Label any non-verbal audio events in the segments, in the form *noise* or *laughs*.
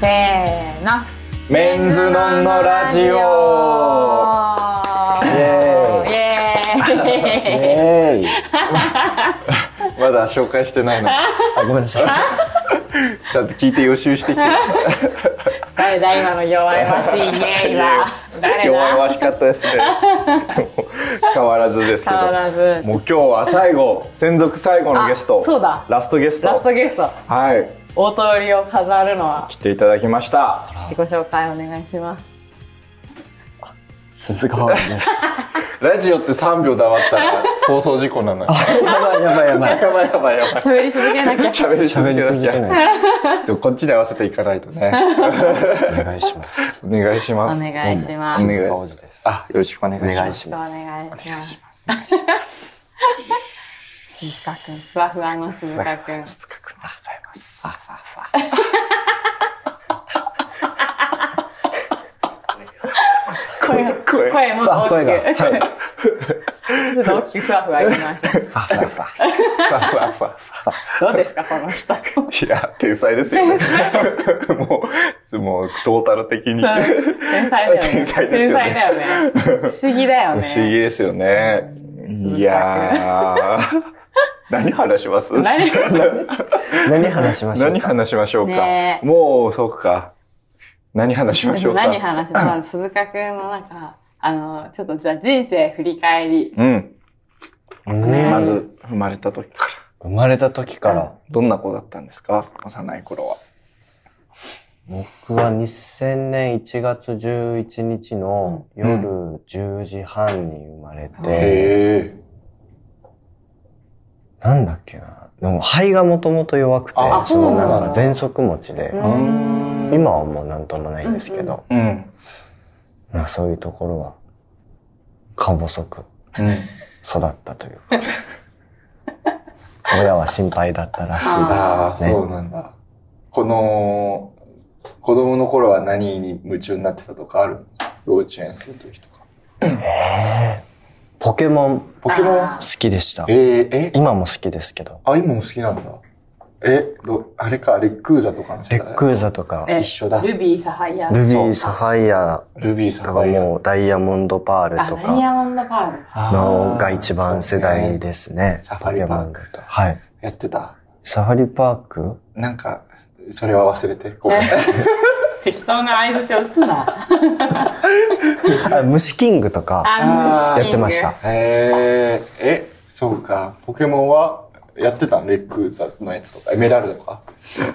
せーのメンズノンノラジオイエーイエーイ *laughs* えいまだ紹介してないのあごめんなさいちゃんと聞いて予習してきて誰だ今の弱々しいイエーイは誰弱だ々しかったです *laughs* ね変わらずですけど変わらずもう今日は最後専属最後のゲストあそうだラストゲストラストゲストはい大通りを飾るのは来ていただきました自己紹介お願いします鈴川ですラジオって3秒黙ったら放送事故なのよ *laughs* やばいやばいやばいやばいやばいやばい喋り続けなきゃ喋り続け喋りな続きけゃないでもこっちに合わせていかないとねお願いしますお願いしまおす願いしまおす願い鈴川おじですあよろしくお願いしおます願いしおます願いします鈴鹿くんふわふわの鈴鹿くん鈴鹿くんでございます声が声声もっとあ声が大きくちょっと大きくふわふわいきましょうファファファふわふわふわどうですかこの人いや天才ですよねもうもうトータル的に天才だよね天才ですよね天才だよね不思議だよね不思議ですよね。いやー。何話します何何話しましょう何話しましょうか、ねえもう、そうか。何話しましょうか何話します鈴鹿くんのなんか、あの、ちょっとじゃあ人生振り返り。うん。うんまず、生まれた時から。生まれた時からどんな子だったんですか幼い頃は。僕は2000年1月11日の夜10時半に生まれて、へなんだっけな。でも肺がもともと弱くてあ、そのそうなんだなんか喘息持ちでう、ーうーん。ん。今はもうなんともないんですけど、うん。うん。まあそういうところは、か細く育ったというか、親は心配だったらしいああ、ですね。そうなんだ。この、子供の頃は何に夢中になってたとかある幼稚園生の時とか。ポケモンポケモンあ好きでしたえ。ー、え、今も好きですけど、あ、今も好きなんだ。え、どあれか、レックウザとかの世レ代ックウザとか、え一緒だ。ルビーサファイア。ルビー、サファイアルビーとさかんがもうダイヤモンドパールあ、とダイかヤモンドパール。のが一番世代で。ですね。サファリパークポケとモンはい。やってた。サファリパークなんか、それは忘れて。ご *laughs* めん。適当な合図帳打つな。あ、虫キングとかああーやってました。。えー、え、そうか。ポケモンはやってたのレックウザのやつとか、エメラルドとか。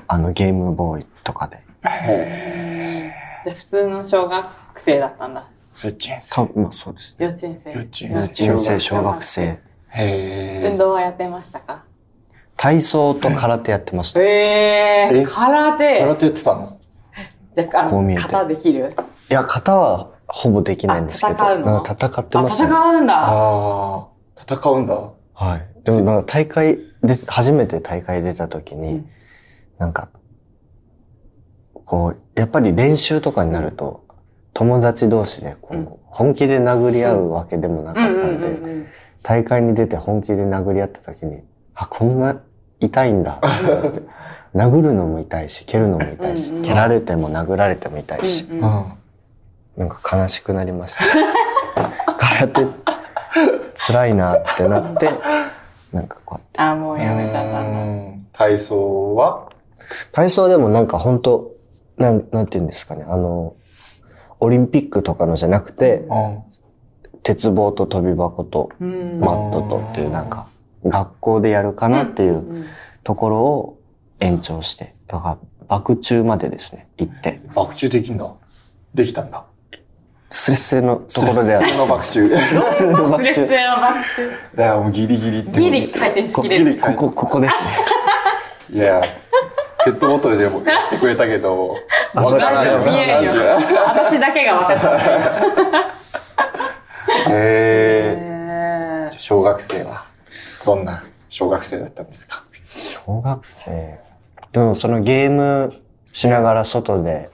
あの、ゲームボーイとかで。じゃあ普通の小学生だったんだ。幼稚園生。多分、まあそうですね。幼稚園生。幼稚園幼稚園生、小学。生。へ運動はやってましたか体操と空手やってました。いえー、空ええ。手。空手やってたのじゃあ、あこのう見えて肩できるや、型はほぼできないんですけど。あ戦うのん戦ってあ、ました戦ね。うんだ。ああ、戦うんだ。はい。でもなんか大会で、初めて大会出た時に、うんなんか、こう、やっぱり練習とかになると、友達同士でこう、うん本気で殴り合うわけでもなかうっんたうんんで、うんうん。大会に出て本気で殴り合った時に、あ、こんな痛いんだって思 *laughs* って。殴るのも痛いし、蹴るのも痛いしうんう、ん蹴られても殴られても痛いし、うんうんん。なんか悲しくなりました。 *laughs* 空手、辛いなってな *laughs* って、なんかこうやって。あ、もうやめちゃったんだ。うん体操は体操でもなんか本当なん、なんて言うんですかね、あの、オリンピックとかのじゃなくて、うん。鉄棒と飛び箱とうん。マットとっていうなんか、学校でやるかなっていううんところを延長して、だから、爆中までですね、行って、爆中できんだ。できたんだ。スレスレのところでやる。の爆 *laughs* 中。スレスレのス爆レス中。レのバックだからもうギリギリってことギでリす回転しきれる。ここ、ここですね。いや、ペットボトルでもやってくれた *laughs* けど、あわからないよ見えるよ話が私だけが分かった。へえ。えじゃあ小学生は、どんな小学生だったんですか小学生。でもそのゲームしながら外で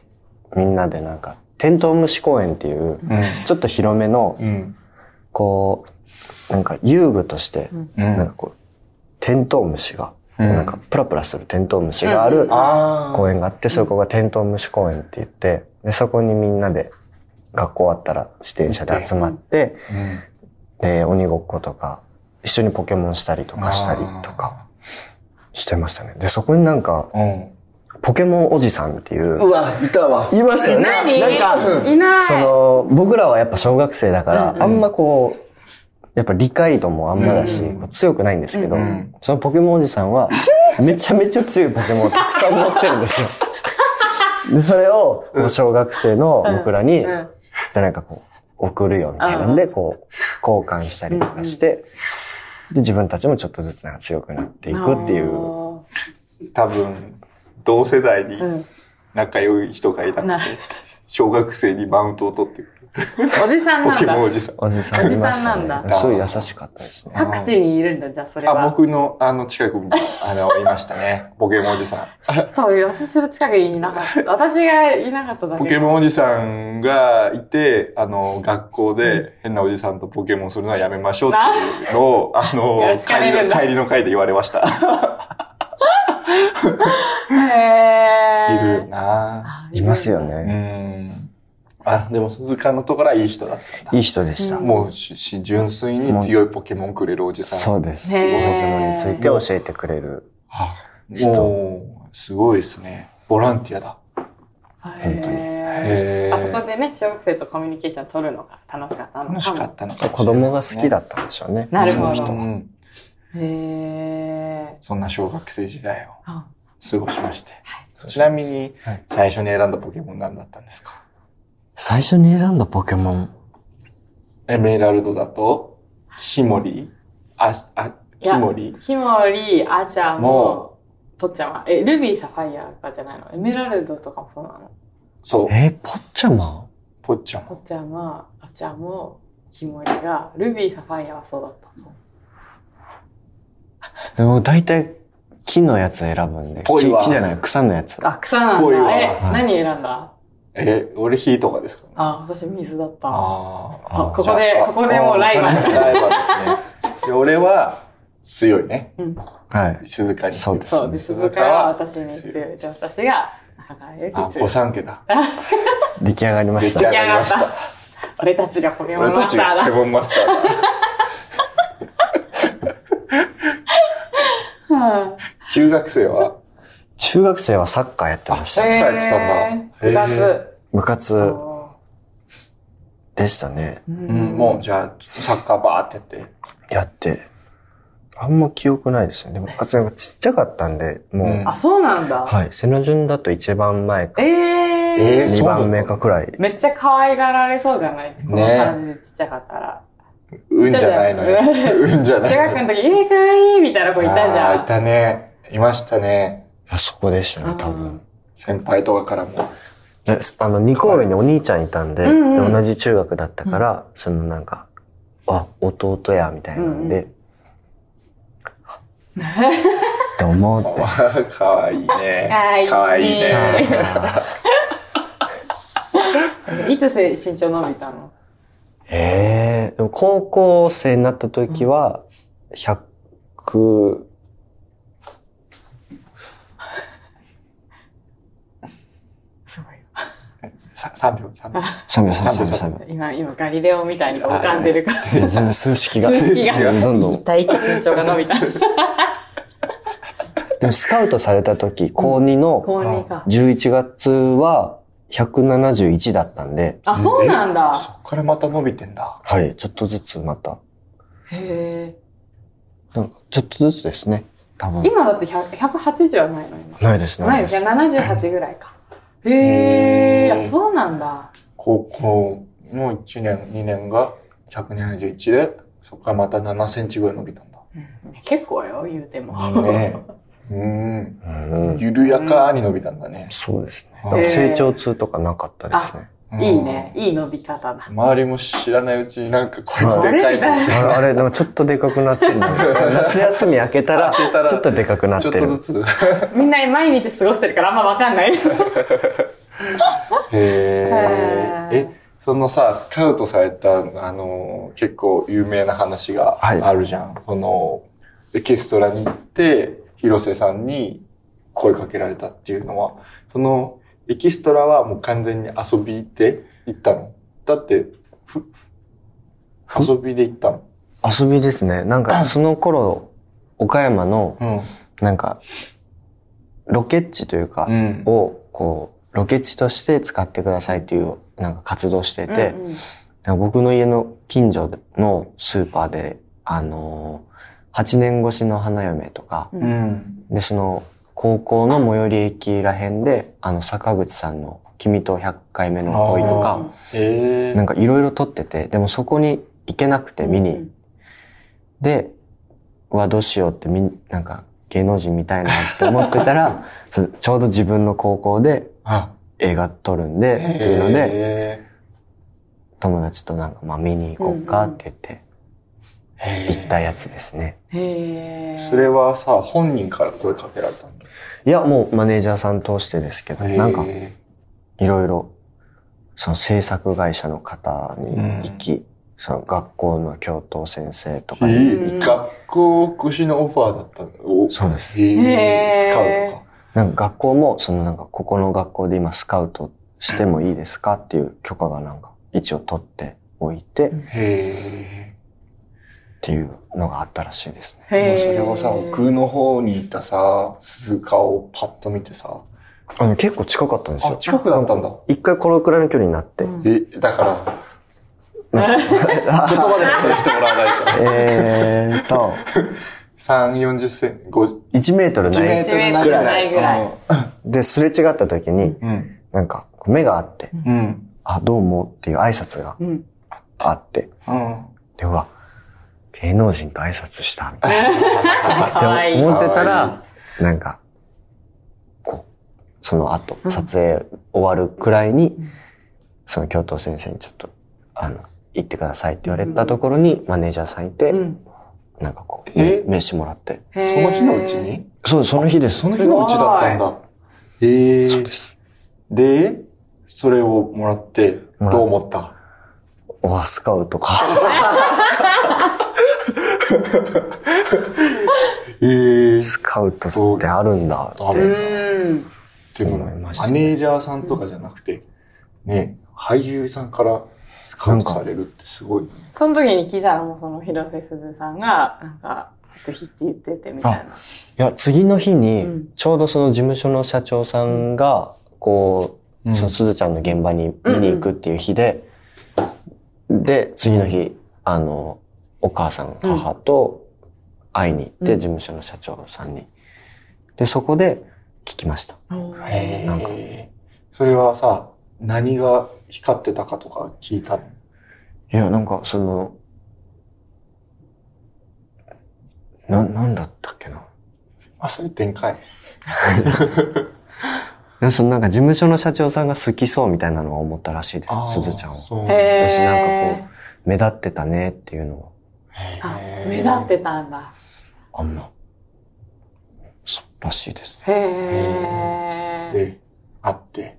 みんなでなんか、テントウムシ公園っていう、うちょっと広めの、ん。こう、なんか遊具として、うんうなんん。かこう、テントウムシがうんなんかプラプラするテントウムシがあうんうんるあ公園があって、そこがテントウムシ公園って言って、で、そこにみんなで学校終わったら自転車で集まって、で、鬼ごっことか、一緒にポケモンしたりとかしたりとかしてましたね。で、そこになんか、うん。ポケモンおじさんっていう、うわ、いたわ。言いましたよね。何なんか、いない。その、僕らはやっぱ小学生だから、うんうんあんまこう、やっぱ理解度もあんまだし、うんこう強くないんですけど、うんうんそのポケモンおじさ *laughs* んは、めちゃめちゃ強いポケモンをたくさん持ってるんですよ。で、それを、こう小学生の僕らに、うんじゃあなんかこう、送るよみたいなんで、こう、交換したりとかして、で、自分たちもちょっとずつなんか強くなっていくっていう。あ多分、同世代にーうん仲良い人がいななくて、小学生にマウントを取ってくる。おじさんポなんケモンだ。おじさん。おじさんいましおたじさんなんだね。すごい優しかったですね。各地にいるんだ、じゃあそれは。あ、僕の、あの、近くに、あの、いましたね。ポケモンおじさん。そういう、私の近くにいなかった。私がいなかっただけ。ポケモンおじさんがいて、あの、学校で変なおじさんとポケモンするのはやめましょうっていうのを、あのいや、叱ら帰れるりんの、だ帰りの会で言われました。へいーるよなあいますようね。ん。あ、でも、鈴鹿のところはいい人だったんだ。いい人でした。うんもうし、し純粋に強いポケモンくれるおじさん。そうです。ポへーケモンについて教えてくれる。はあ、人もう、すごいですね。ボランティアだ。本当にへへーーあそこでね、小学生とコミュニケーション取るのが楽しかったのかも。楽しかったのかもしれないですね子供が好きだったんでしょうね。なるほどその人うはんへえ。そんな小学生時代をあ過ごしまして。ちなみにはい、最初に選んだポケモン何だったんですか最初に選んだポケモン。エメラルドだと、キモリあ、あ、いキやモリシモリ、アチャもも、ポッチャマ。え、ルビー、サファイアがじゃないのエメラルドとかもそうなのそう、えー、ポッチャマポッチャポマ。ッチャマ、アチャも、シモリが、ルビー、サファイアはそうだったと思う。ンでも大体木のやつ選ぶんで。ぽい木わ木じゃない、草のやつ。あ、草なんこういうだ。わえ、はい何選んだえ、俺火とかですかね。あ、私水だった。あーああこじこゃあで、あここでもうライバルあ。ライバル *laughs* ですね。で俺は、強いね。うん。はい。静かに。そうですそう、で、鈴鹿は私に強い。じゃあ私が、中川ゆあ、き強小い。三家だ。出来上がりまし出来た上。がりまし出来上た。俺たちがポケモン俺マたスちターがポケだ。モンマスターだ。うん中学生は中学生はサッカーやってましサた。ッカーやってたんだえー部へ活。部活そでしたね。ううん、もうじゃあ、サッカーバーってやって。やって。あんま記憶ないですね。でも部活なんかちっちゃかったんで、もう、うんあ、そうなんだ。はい。背の順だと一番前か、ええーー。二そう番な目のかくらいめっちゃ可愛がられそうじゃないこのね感じでちっちゃかったら。うんじゃないのよ。うんじゃな中い学のの時、えー、可愛いみたいな子いたじあゃーんい。たね。いましたね。あそこでしたうんね、多分。先輩とかからも。 *laughs* であの、二校上にお兄ちゃんいたんで、うんうんで同じ中学だったから、そのなんか、あ、弟や、みたいなんで、と思って。かわいいね。かわいいねかわいい *laughs* ね。いつせ身長伸びたのええでも高校生になった時は、100、すごい。さ3秒、3秒。 3秒、3秒、3秒。今、今、ガリレオみたいに浮かんでるから。で全部数式が、数式がどんどん。一体一身長が伸びた。でもスカウトされた時、高2の高2か。 11月は171だったんで、あ、そうなんだ。そっからまた伸びてんだ。はい、ちょっとずつまた、へなんかちょっとずつですね、多え。分。今だって100 180はないの今。ないですね。ないでですすね。78ぐらいか。へえ。うんあ、そうなんだ。高校の1年、2年が171で、そっからまた7センチぐらい伸びたんだ。うん結構よ、言うても。ねえ。うん。うん緩やかに伸びたんだね。そうですね。だはかいら成長痛とかなかったですね。いいね。。いい伸び方だ。周りも知らないうちになんかこいつでかいぞ。ああれ、あれなんかちょっとでかくなってるの。夏休み明けたら明けた、らちょっとでかくなっちてょっとるず。つ。みんな毎日過ごしてるからあんまわかんない。へへーーえ、そのさ、スカウトされた、あの、結構有名な話がはいあるじゃん。その、エキストラに行って、広瀬さんに声かけられたっていうのは、そのエキストラはもう完全に遊びで行ったの。だって、ふ、ふ遊びで行ったの。遊びですね。なんか、その頃、岡山の、うん。なんか、ロケ地というか、うんを、こう、ロケ地として使ってくださいっていう、なんか活動してて、うんうんなんか僕の家の近所のスーパーで、あのー、8年越しの花嫁とか、ううんん。で、その、高校の最寄り駅らへんで、あの、坂口さんの君と100回目の恋とか、ええなんかいろいろ撮ってて、でもそこに行けなくて見に、で、うわ、どうしようってみん、なんか芸能人見たいなって思ってたら、そうちょうど自分の高校であ、映画撮るんで、っていうので、で、友達となんかまあ見に行こうかって言って、へ行ったやつですね。へえ。それはさ、本人から声かけられたんだ。いや、もうマネージャーさん通してですけど、なんかへいろいろ、その制作会社の方に行き、その学校の教頭先生とえかに、うん学校越しのオファーだったんだ。おそうです。へえへースカウトか。なんか学校も、そのなんかここの学校で今スカウトしてもいいですかっていう許可がなんか一応取っておいてっへていうのがあったらしいですね。え。へもーうそれをさ、奥の方にいたさ、鈴鹿をパッと見てさ、あの結構近かったんですあ、よ。近くだったんだ。一回このくらいの距離になって。うんえ、だから、 *laughs* あ言葉で発言してもらわないから。えーっと、 *laughs* 3、40センチ、50 1メートル1なメーい。トルな1いメートルないぐらい。で、すれ違った時に、うん。なんか目があって、うん。あ、どうもっていう挨拶がうん。あって、うん。で、うわ、芸能人と挨拶したみたいな。かわいってい。思ってたかわら、なんか、こう、その後、撮影終わるくらいに、その教頭先生にちょっと、あの、行ってくださいって言われたところに、マネージャーさんいて、うんなんかこう、え名刺もらって。へーその日のうちにそう、その日です。その日のうちだったんだ。ええー。で、それをもらって、もらっどう思ったうわ、スカウトか。ええー。スカウトってあるんだ。あうるんだ。ん。でも、思いマましたねネージャーさんとかじゃなくて、ね、俳優さんからスカウトされるってすごいね。その時に聞いたらもうその広瀬すずさんが、なんか、ぜひって言っててみたいな。いや、次の日うにん、ちょうどその事務所の社長さんが、こう、うんそのすずちゃんの現場に見に行くっていう日で、で、次の日、あの、お母さん、うん母と会いに行って、うん事務所の社長さんに。で、そこで聞きました。へなんかえ。それはさ、何が光ってたかとか聞いたのいや、なんか、その、な、なんだったっけな。いあ、そういう展開。やそのなんか事務所の社長さんが好きそうみたいなのは思ったらしいですあー、すずちゃんを。そうへへ私ーなんかこう、目立ってたねっていうのを。あ、ー目立ってたんだ。あんま、そうらしいですね。へえ。で、会って、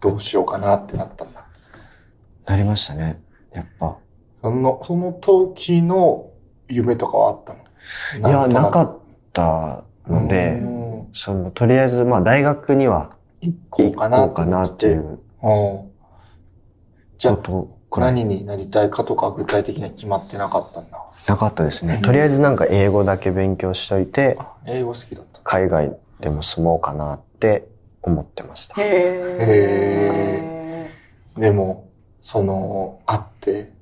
どうしようかなってなったんだ。なりましたね。やっぱ。その、その時の夢とかはあったのいや、なかっったので、うんその、とりあえず、まあ、大学には行こ行うかこなうかなっていううんじゃあ、ことくらい何になりたいかとか具体的には決まってなかったんだ。なかったですね。とりあえずなんか英語だけ勉強しといて、あ英語好きだった。海外でも住もうかなって思ってました。へでも、その、会って、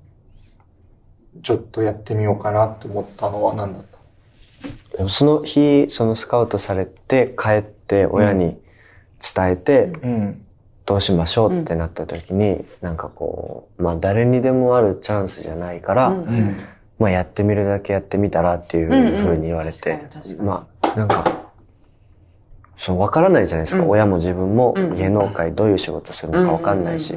ちょっとやってみようかなって思ったのは何だったでもその日、そのスカウトされて帰って親に伝えて、うん。どうしましょうってなった時に、なんかこう、まあ誰にでもあるチャンスじゃないから、うんうん。まあやってみるだけやってみたらっていう風に言われうんうてん確かに確か、にまあなんか、そう、わからないじゃないですか。うん親も自分もうん芸能界どういう仕事するのかわかんないし。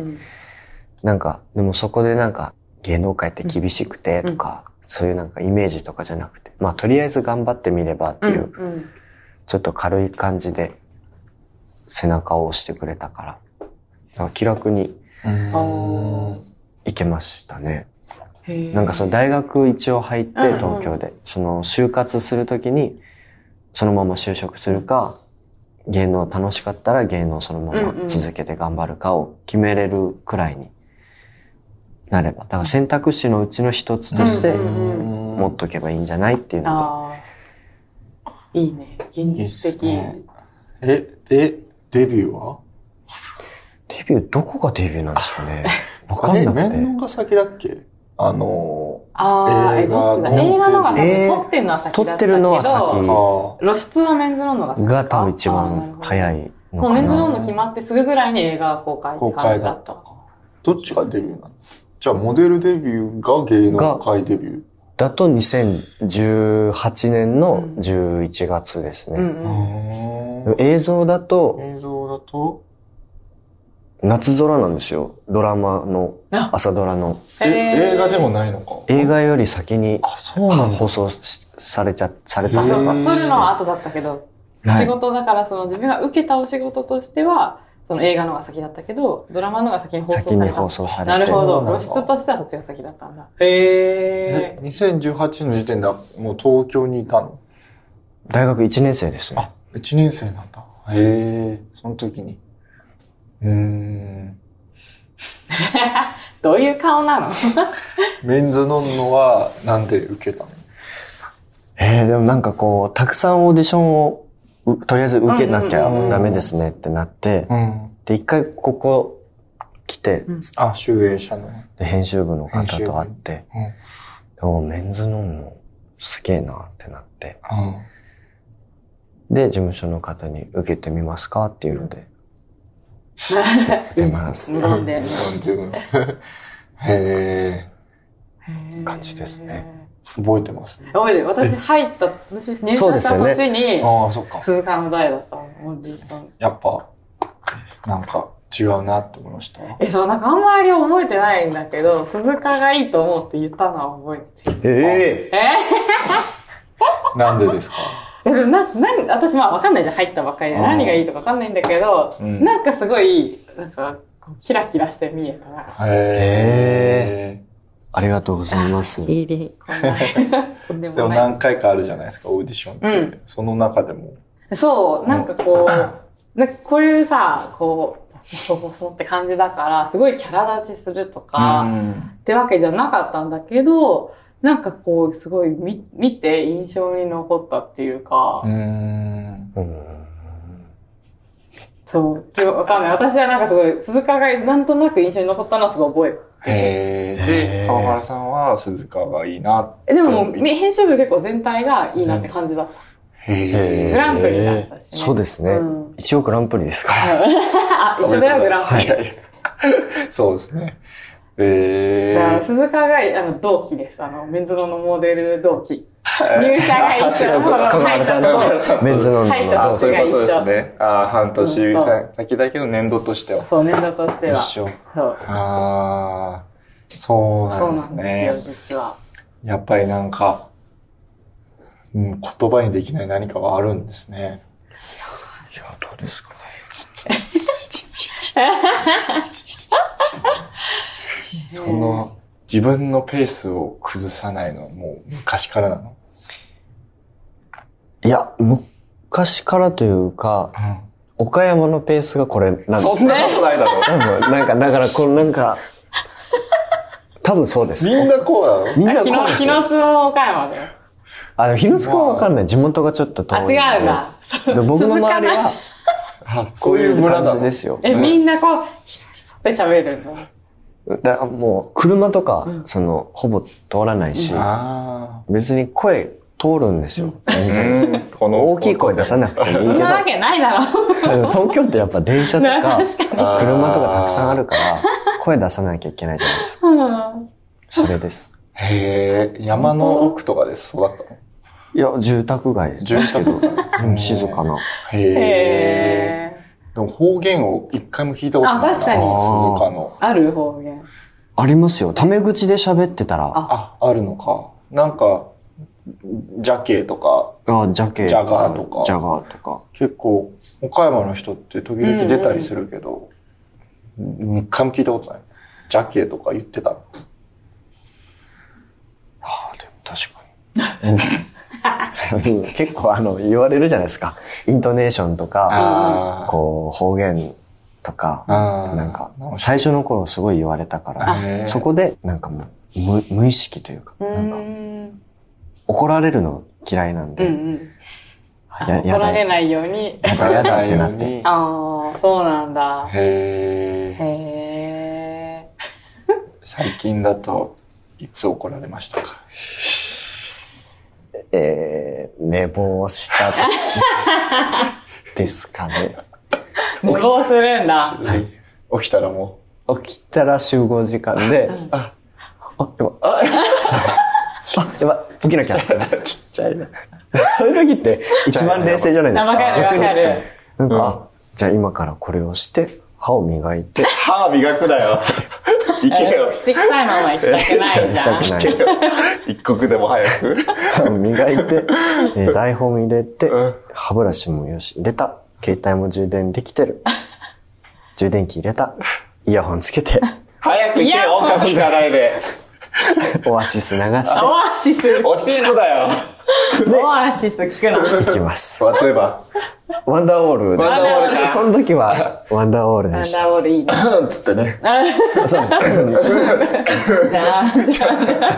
なんか、でもそこでなんか、芸能界って厳しくてとか、そういうなんかイメージとかじゃなくて、まあとりあえず頑張ってみればってういう、ん。ちょっと軽い感じで背中を押してくれたから、だから気楽にー行けましたね。へーなんかその大学一応入ってうんうん東京で、その就活するときに、そのまま就職するか、芸能楽しかったら芸能そのまま続けて頑張るかを決めれるくらいになれば。だから選択肢のうちの一つとしてうんうんうん持っとけばいいんじゃないっていうのが。ああ。いいね。現いいっす実的。ねえ、で、デビューはデビュー、どこがデビューなんですか *laughs* ねわかんなあくれ面て。能が先だっけあのああ、え、映画どっちだの映画のがえ先、ー撮ってんのは先だったけど。撮ってるのはー、先あ露出はメンズノンノが先が多分一番早い。いのもうメかンズノンな。ノ決まってすぐぐらいに映画公開って感じだった。ーどっちがデビューなのじゃあ、モデルデビューが芸能界デビュー。だと2018年の11月ですうね。んうーん映像だと映像だと、夏空なんですよ。ドラマの、あ朝ドラの。えへー映画でもないのか。映画より先にあ、そうなんだ放。送しされちゃ、されうたん。あ、とそうかへ。ー撮るのは後だったけど、は仕い事だからその自分が受けたお仕事としては、その映画のが先だったけど、ドラマのが先に放送さ先にれた放。送されなて。るほそうど。なんだ露出としてはそっちが先だったんだ。へえ、2018の時点ではもう東京にいたの大学1年生ですね。あ、1年生なんだ。へえ、その時に。うーん。 *laughs* どういう顔なのメンズノンノはなんで受けたのえー、でもなんかこう、たくさんオーディションをう、とりあえず受けなきゃダメですねってなって、うん。で、一回ここ来て、うんあ、集英社の。で編集部の方と会って、うん。うん。おメンズ飲むのすげえなってなって、で、事務所の方に受けてみますかっていうので、出ます。無言で。うん *laughs* へえ、へー *laughs* 感じですね。覚えてます覚えてる私入った、私入そう社でしすたよね年に、ああ、そっか。通過の代だったの、オーディション。やっぱ、なんか違うなって思いました。え、そう、なんかあんまり覚えてないんだけど、鈴鹿がいいと思うって言ったのは覚えてる。えええなんでですかー、えでもな、な、私まあわかんないじゃん、入ったばっかりで。うん何がいいとかわかんないんだけど、うんなんかすごい、なんか、こうキラキラして見えたな。へありがとうございます。いいで、こんな。とんでえ。でもなもい。何回かあるじゃないですか、オーディションって。その中でも。そう、なんかこう、なんかこういうさ、こう、ボソボソって感じだから、すごいキャラ立ちするとか、うんってわけじゃなかったんだけど、なんかこう、すごい見見て印象に残ったっていうか、うん。うんそう、ちょわかんない。私はなんかすごい、鈴鹿がなんとなく印象に残ったのはすごい覚へえ。へで、え川原さんは鈴鹿がいいな。えて。でももう、うんみ編集部結構全体がいいなって感じだった。へえグランプリだったしね。そうですねうん。一応グランプリですから。あ、一緒だよ、グランプリ。いやいや。そうですね。へだからえ。鈴鹿があの同期です。あの、メンズノのモデル同期。入社が一緒のあ香入川ったさん香川と。さんとメンズ飲む入ったの。あ、そういうことですね。あ半う年んそうさ先だけど年度としては。そう、年度として一は。緒。そう。ああ、そうそなうんでなすんでね。すよ、実は。やっぱりなんか、うん、言葉にできない何かがあるんですね。いや、どうですかね。その、自分のペースを崩さないのはもう昔からなの。いや、昔からというか、岡山のペースがこれなんですよそんなことないだろ。多分、なんか、だから、このなんか、多分そうです。 *laughs* みんなこうなのみんあなこ日うの、です日よ。の津も岡山だよ。あの、日の塚はわかんない。地元がちょっと遠あ、い違んうで。な。で僕の周 *laughs* りは、あここうういいうう村感だじので。すよ。え、うんみんなこう、ひそひそって喋るの。だからもう、車とか、うんその、ほぼ通らないし、あ別に声通るんですよ。全然。あ。この大きい声出さなくてもいい *laughs* そんけどな、わけないだろ。でも東京ってやっぱ電車となか、 *laughs* 確かに。あー車とかたくさんあるから、声出さなきゃいけないじゃないですか。うんそれです。へえ、山の奥とかで育ったのいや、住宅街です住け宅ど、街うん静かな。へえ。へでも方言を一回も聞いたことないな。あ確かに鈴鹿の。ーある方言。ありますよ。タメ口で喋ってたら、ああ、あるのか。なんか、ジャケとか、あ、ジャケジャガーとかジャガーとか。結構、岡山の人って時々出たりするけど、うん一回も聞いたことない。ジャケとか言ってたの。はあ、でも確か *laughs* 結構あの、言われるじゃないですか。イントネーションとか、あーこう、方言とか、あー。なんか、最初の頃すごい言われたから、へーそこで、なんかもう、無無意識というか、うなんか、ーん怒られるの嫌いなうんんうで、ん。あや怒られやだ、ないように。なんかやだってなって。あああ、そうなんだ。へへえ。え。最近だといつ怒られましたかえー、寝坊した時ですかね。 *laughs* 寝坊するんだ。はい。起きたらも起きたら集合時間で、あ、やば、あ、やば、起きなき *laughs* ゃ。う、ちっちゃいな。 *laughs* そういう時って一番冷静じゃないですあか。わかるわかる。なんか、あじゃあ今からこれをして、歯を磨いて、歯磨くだ *laughs* よ。行けよ。口臭いまま行きたくないじゃん。痛行くないけよ。一刻でも早く。歯を磨い *laughs* て、えー台本入れてうん、歯ブラシもよし、入れた。携帯も充電でき *laughs* てる。充電器入れた。イヤホンつ *laughs* けて、早く行いけやよ、音楽聞かないで。オアシス流しオアシス聞落ち着くだよ。くな。オアシス聞くな。ていきます。例えば。ワンダーウォールでワンすダーウォールかその時は、ワンダーウォールワンでしダーボールいい *laughs* ね。うんつってね。た。そうです。じゃあ、じゃあ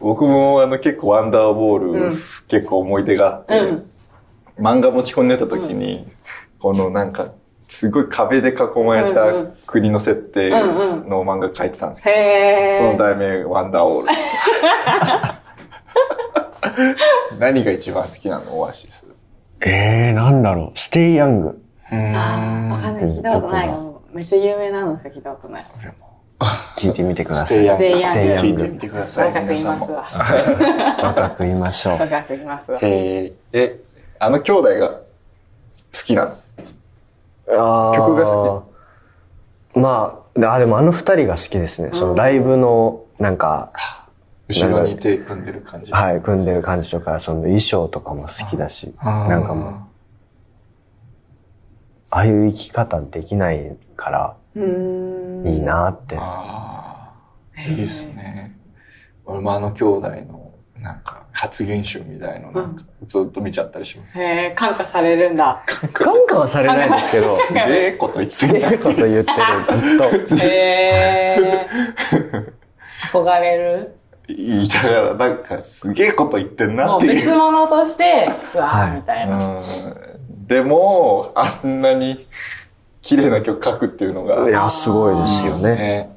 僕もあの結構ワンダーボール、結構思い出があって、うん漫画持ち込んでた時に、このなんか、すごい壁で囲まれうんうたん国の設定うんの漫画書いてたんですけへど、え。その題名、ワンダーオールでした。 *laughs* 何が一番好きなのオアシス。 *laughs* えー、なんだろう。ステイヤング。あーわかんない。聞いたことないかも。めっちゃ有名なのしか聞いたことない。聞いてみてくだスさテイい。ヤング。ステイヤング聞いてみてください。若く皆いさまんすも。わ。若く言いましょう。若くいますわ。へーえ、あの兄弟が好きなの曲曲が好きまあ、あ、でもあの二人が好きですね。そのライブの、なんか、後ろに手組んでる感じ。はい、組んでる感じとか、その衣装とかも好きだし、なんかもう、ああいう生き方できないかうーん。ら、いい。なって。ああ、いいですね。俺もあの兄弟の、なんか、発言集みたいの、なんか、ずっと見ちゃったりし *laughs* ます。へえ、感化されるん *laughs* だ。ガンガンはされないで *laughs* すけど、すげえこと言ってすげえる。こと言ってる、 *laughs* ずっと。へえ。憧れる言いながら、なんか、すげえこと言ってんなもっうていう。別物として、うわ *laughs* はいーみたいな。うんでも、あんなに、綺麗な曲書くっていうのが。いや、すごいですよね。ね。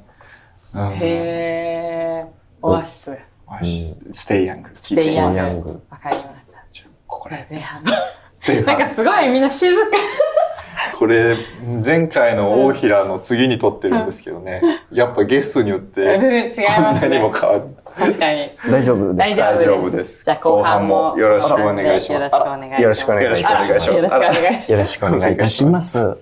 うんへえ。オアシス。ステイヤング。聞ステいてイみステイヤまングすヤング。わかりました。ここれれ、前半。 *laughs* 全部なんかすごいみんな静か。これ、前回の大平の次に撮ってるんですけどね。やっぱゲストによって、全然違いこまんすなにもね。変わる。確かに。大丈夫ですか大丈夫ですじゃあ後半も。後半もよろしくお願いしますよろしくお願いします。よろしくお願いしますよろしくお願いします。よろしくお願いいたします。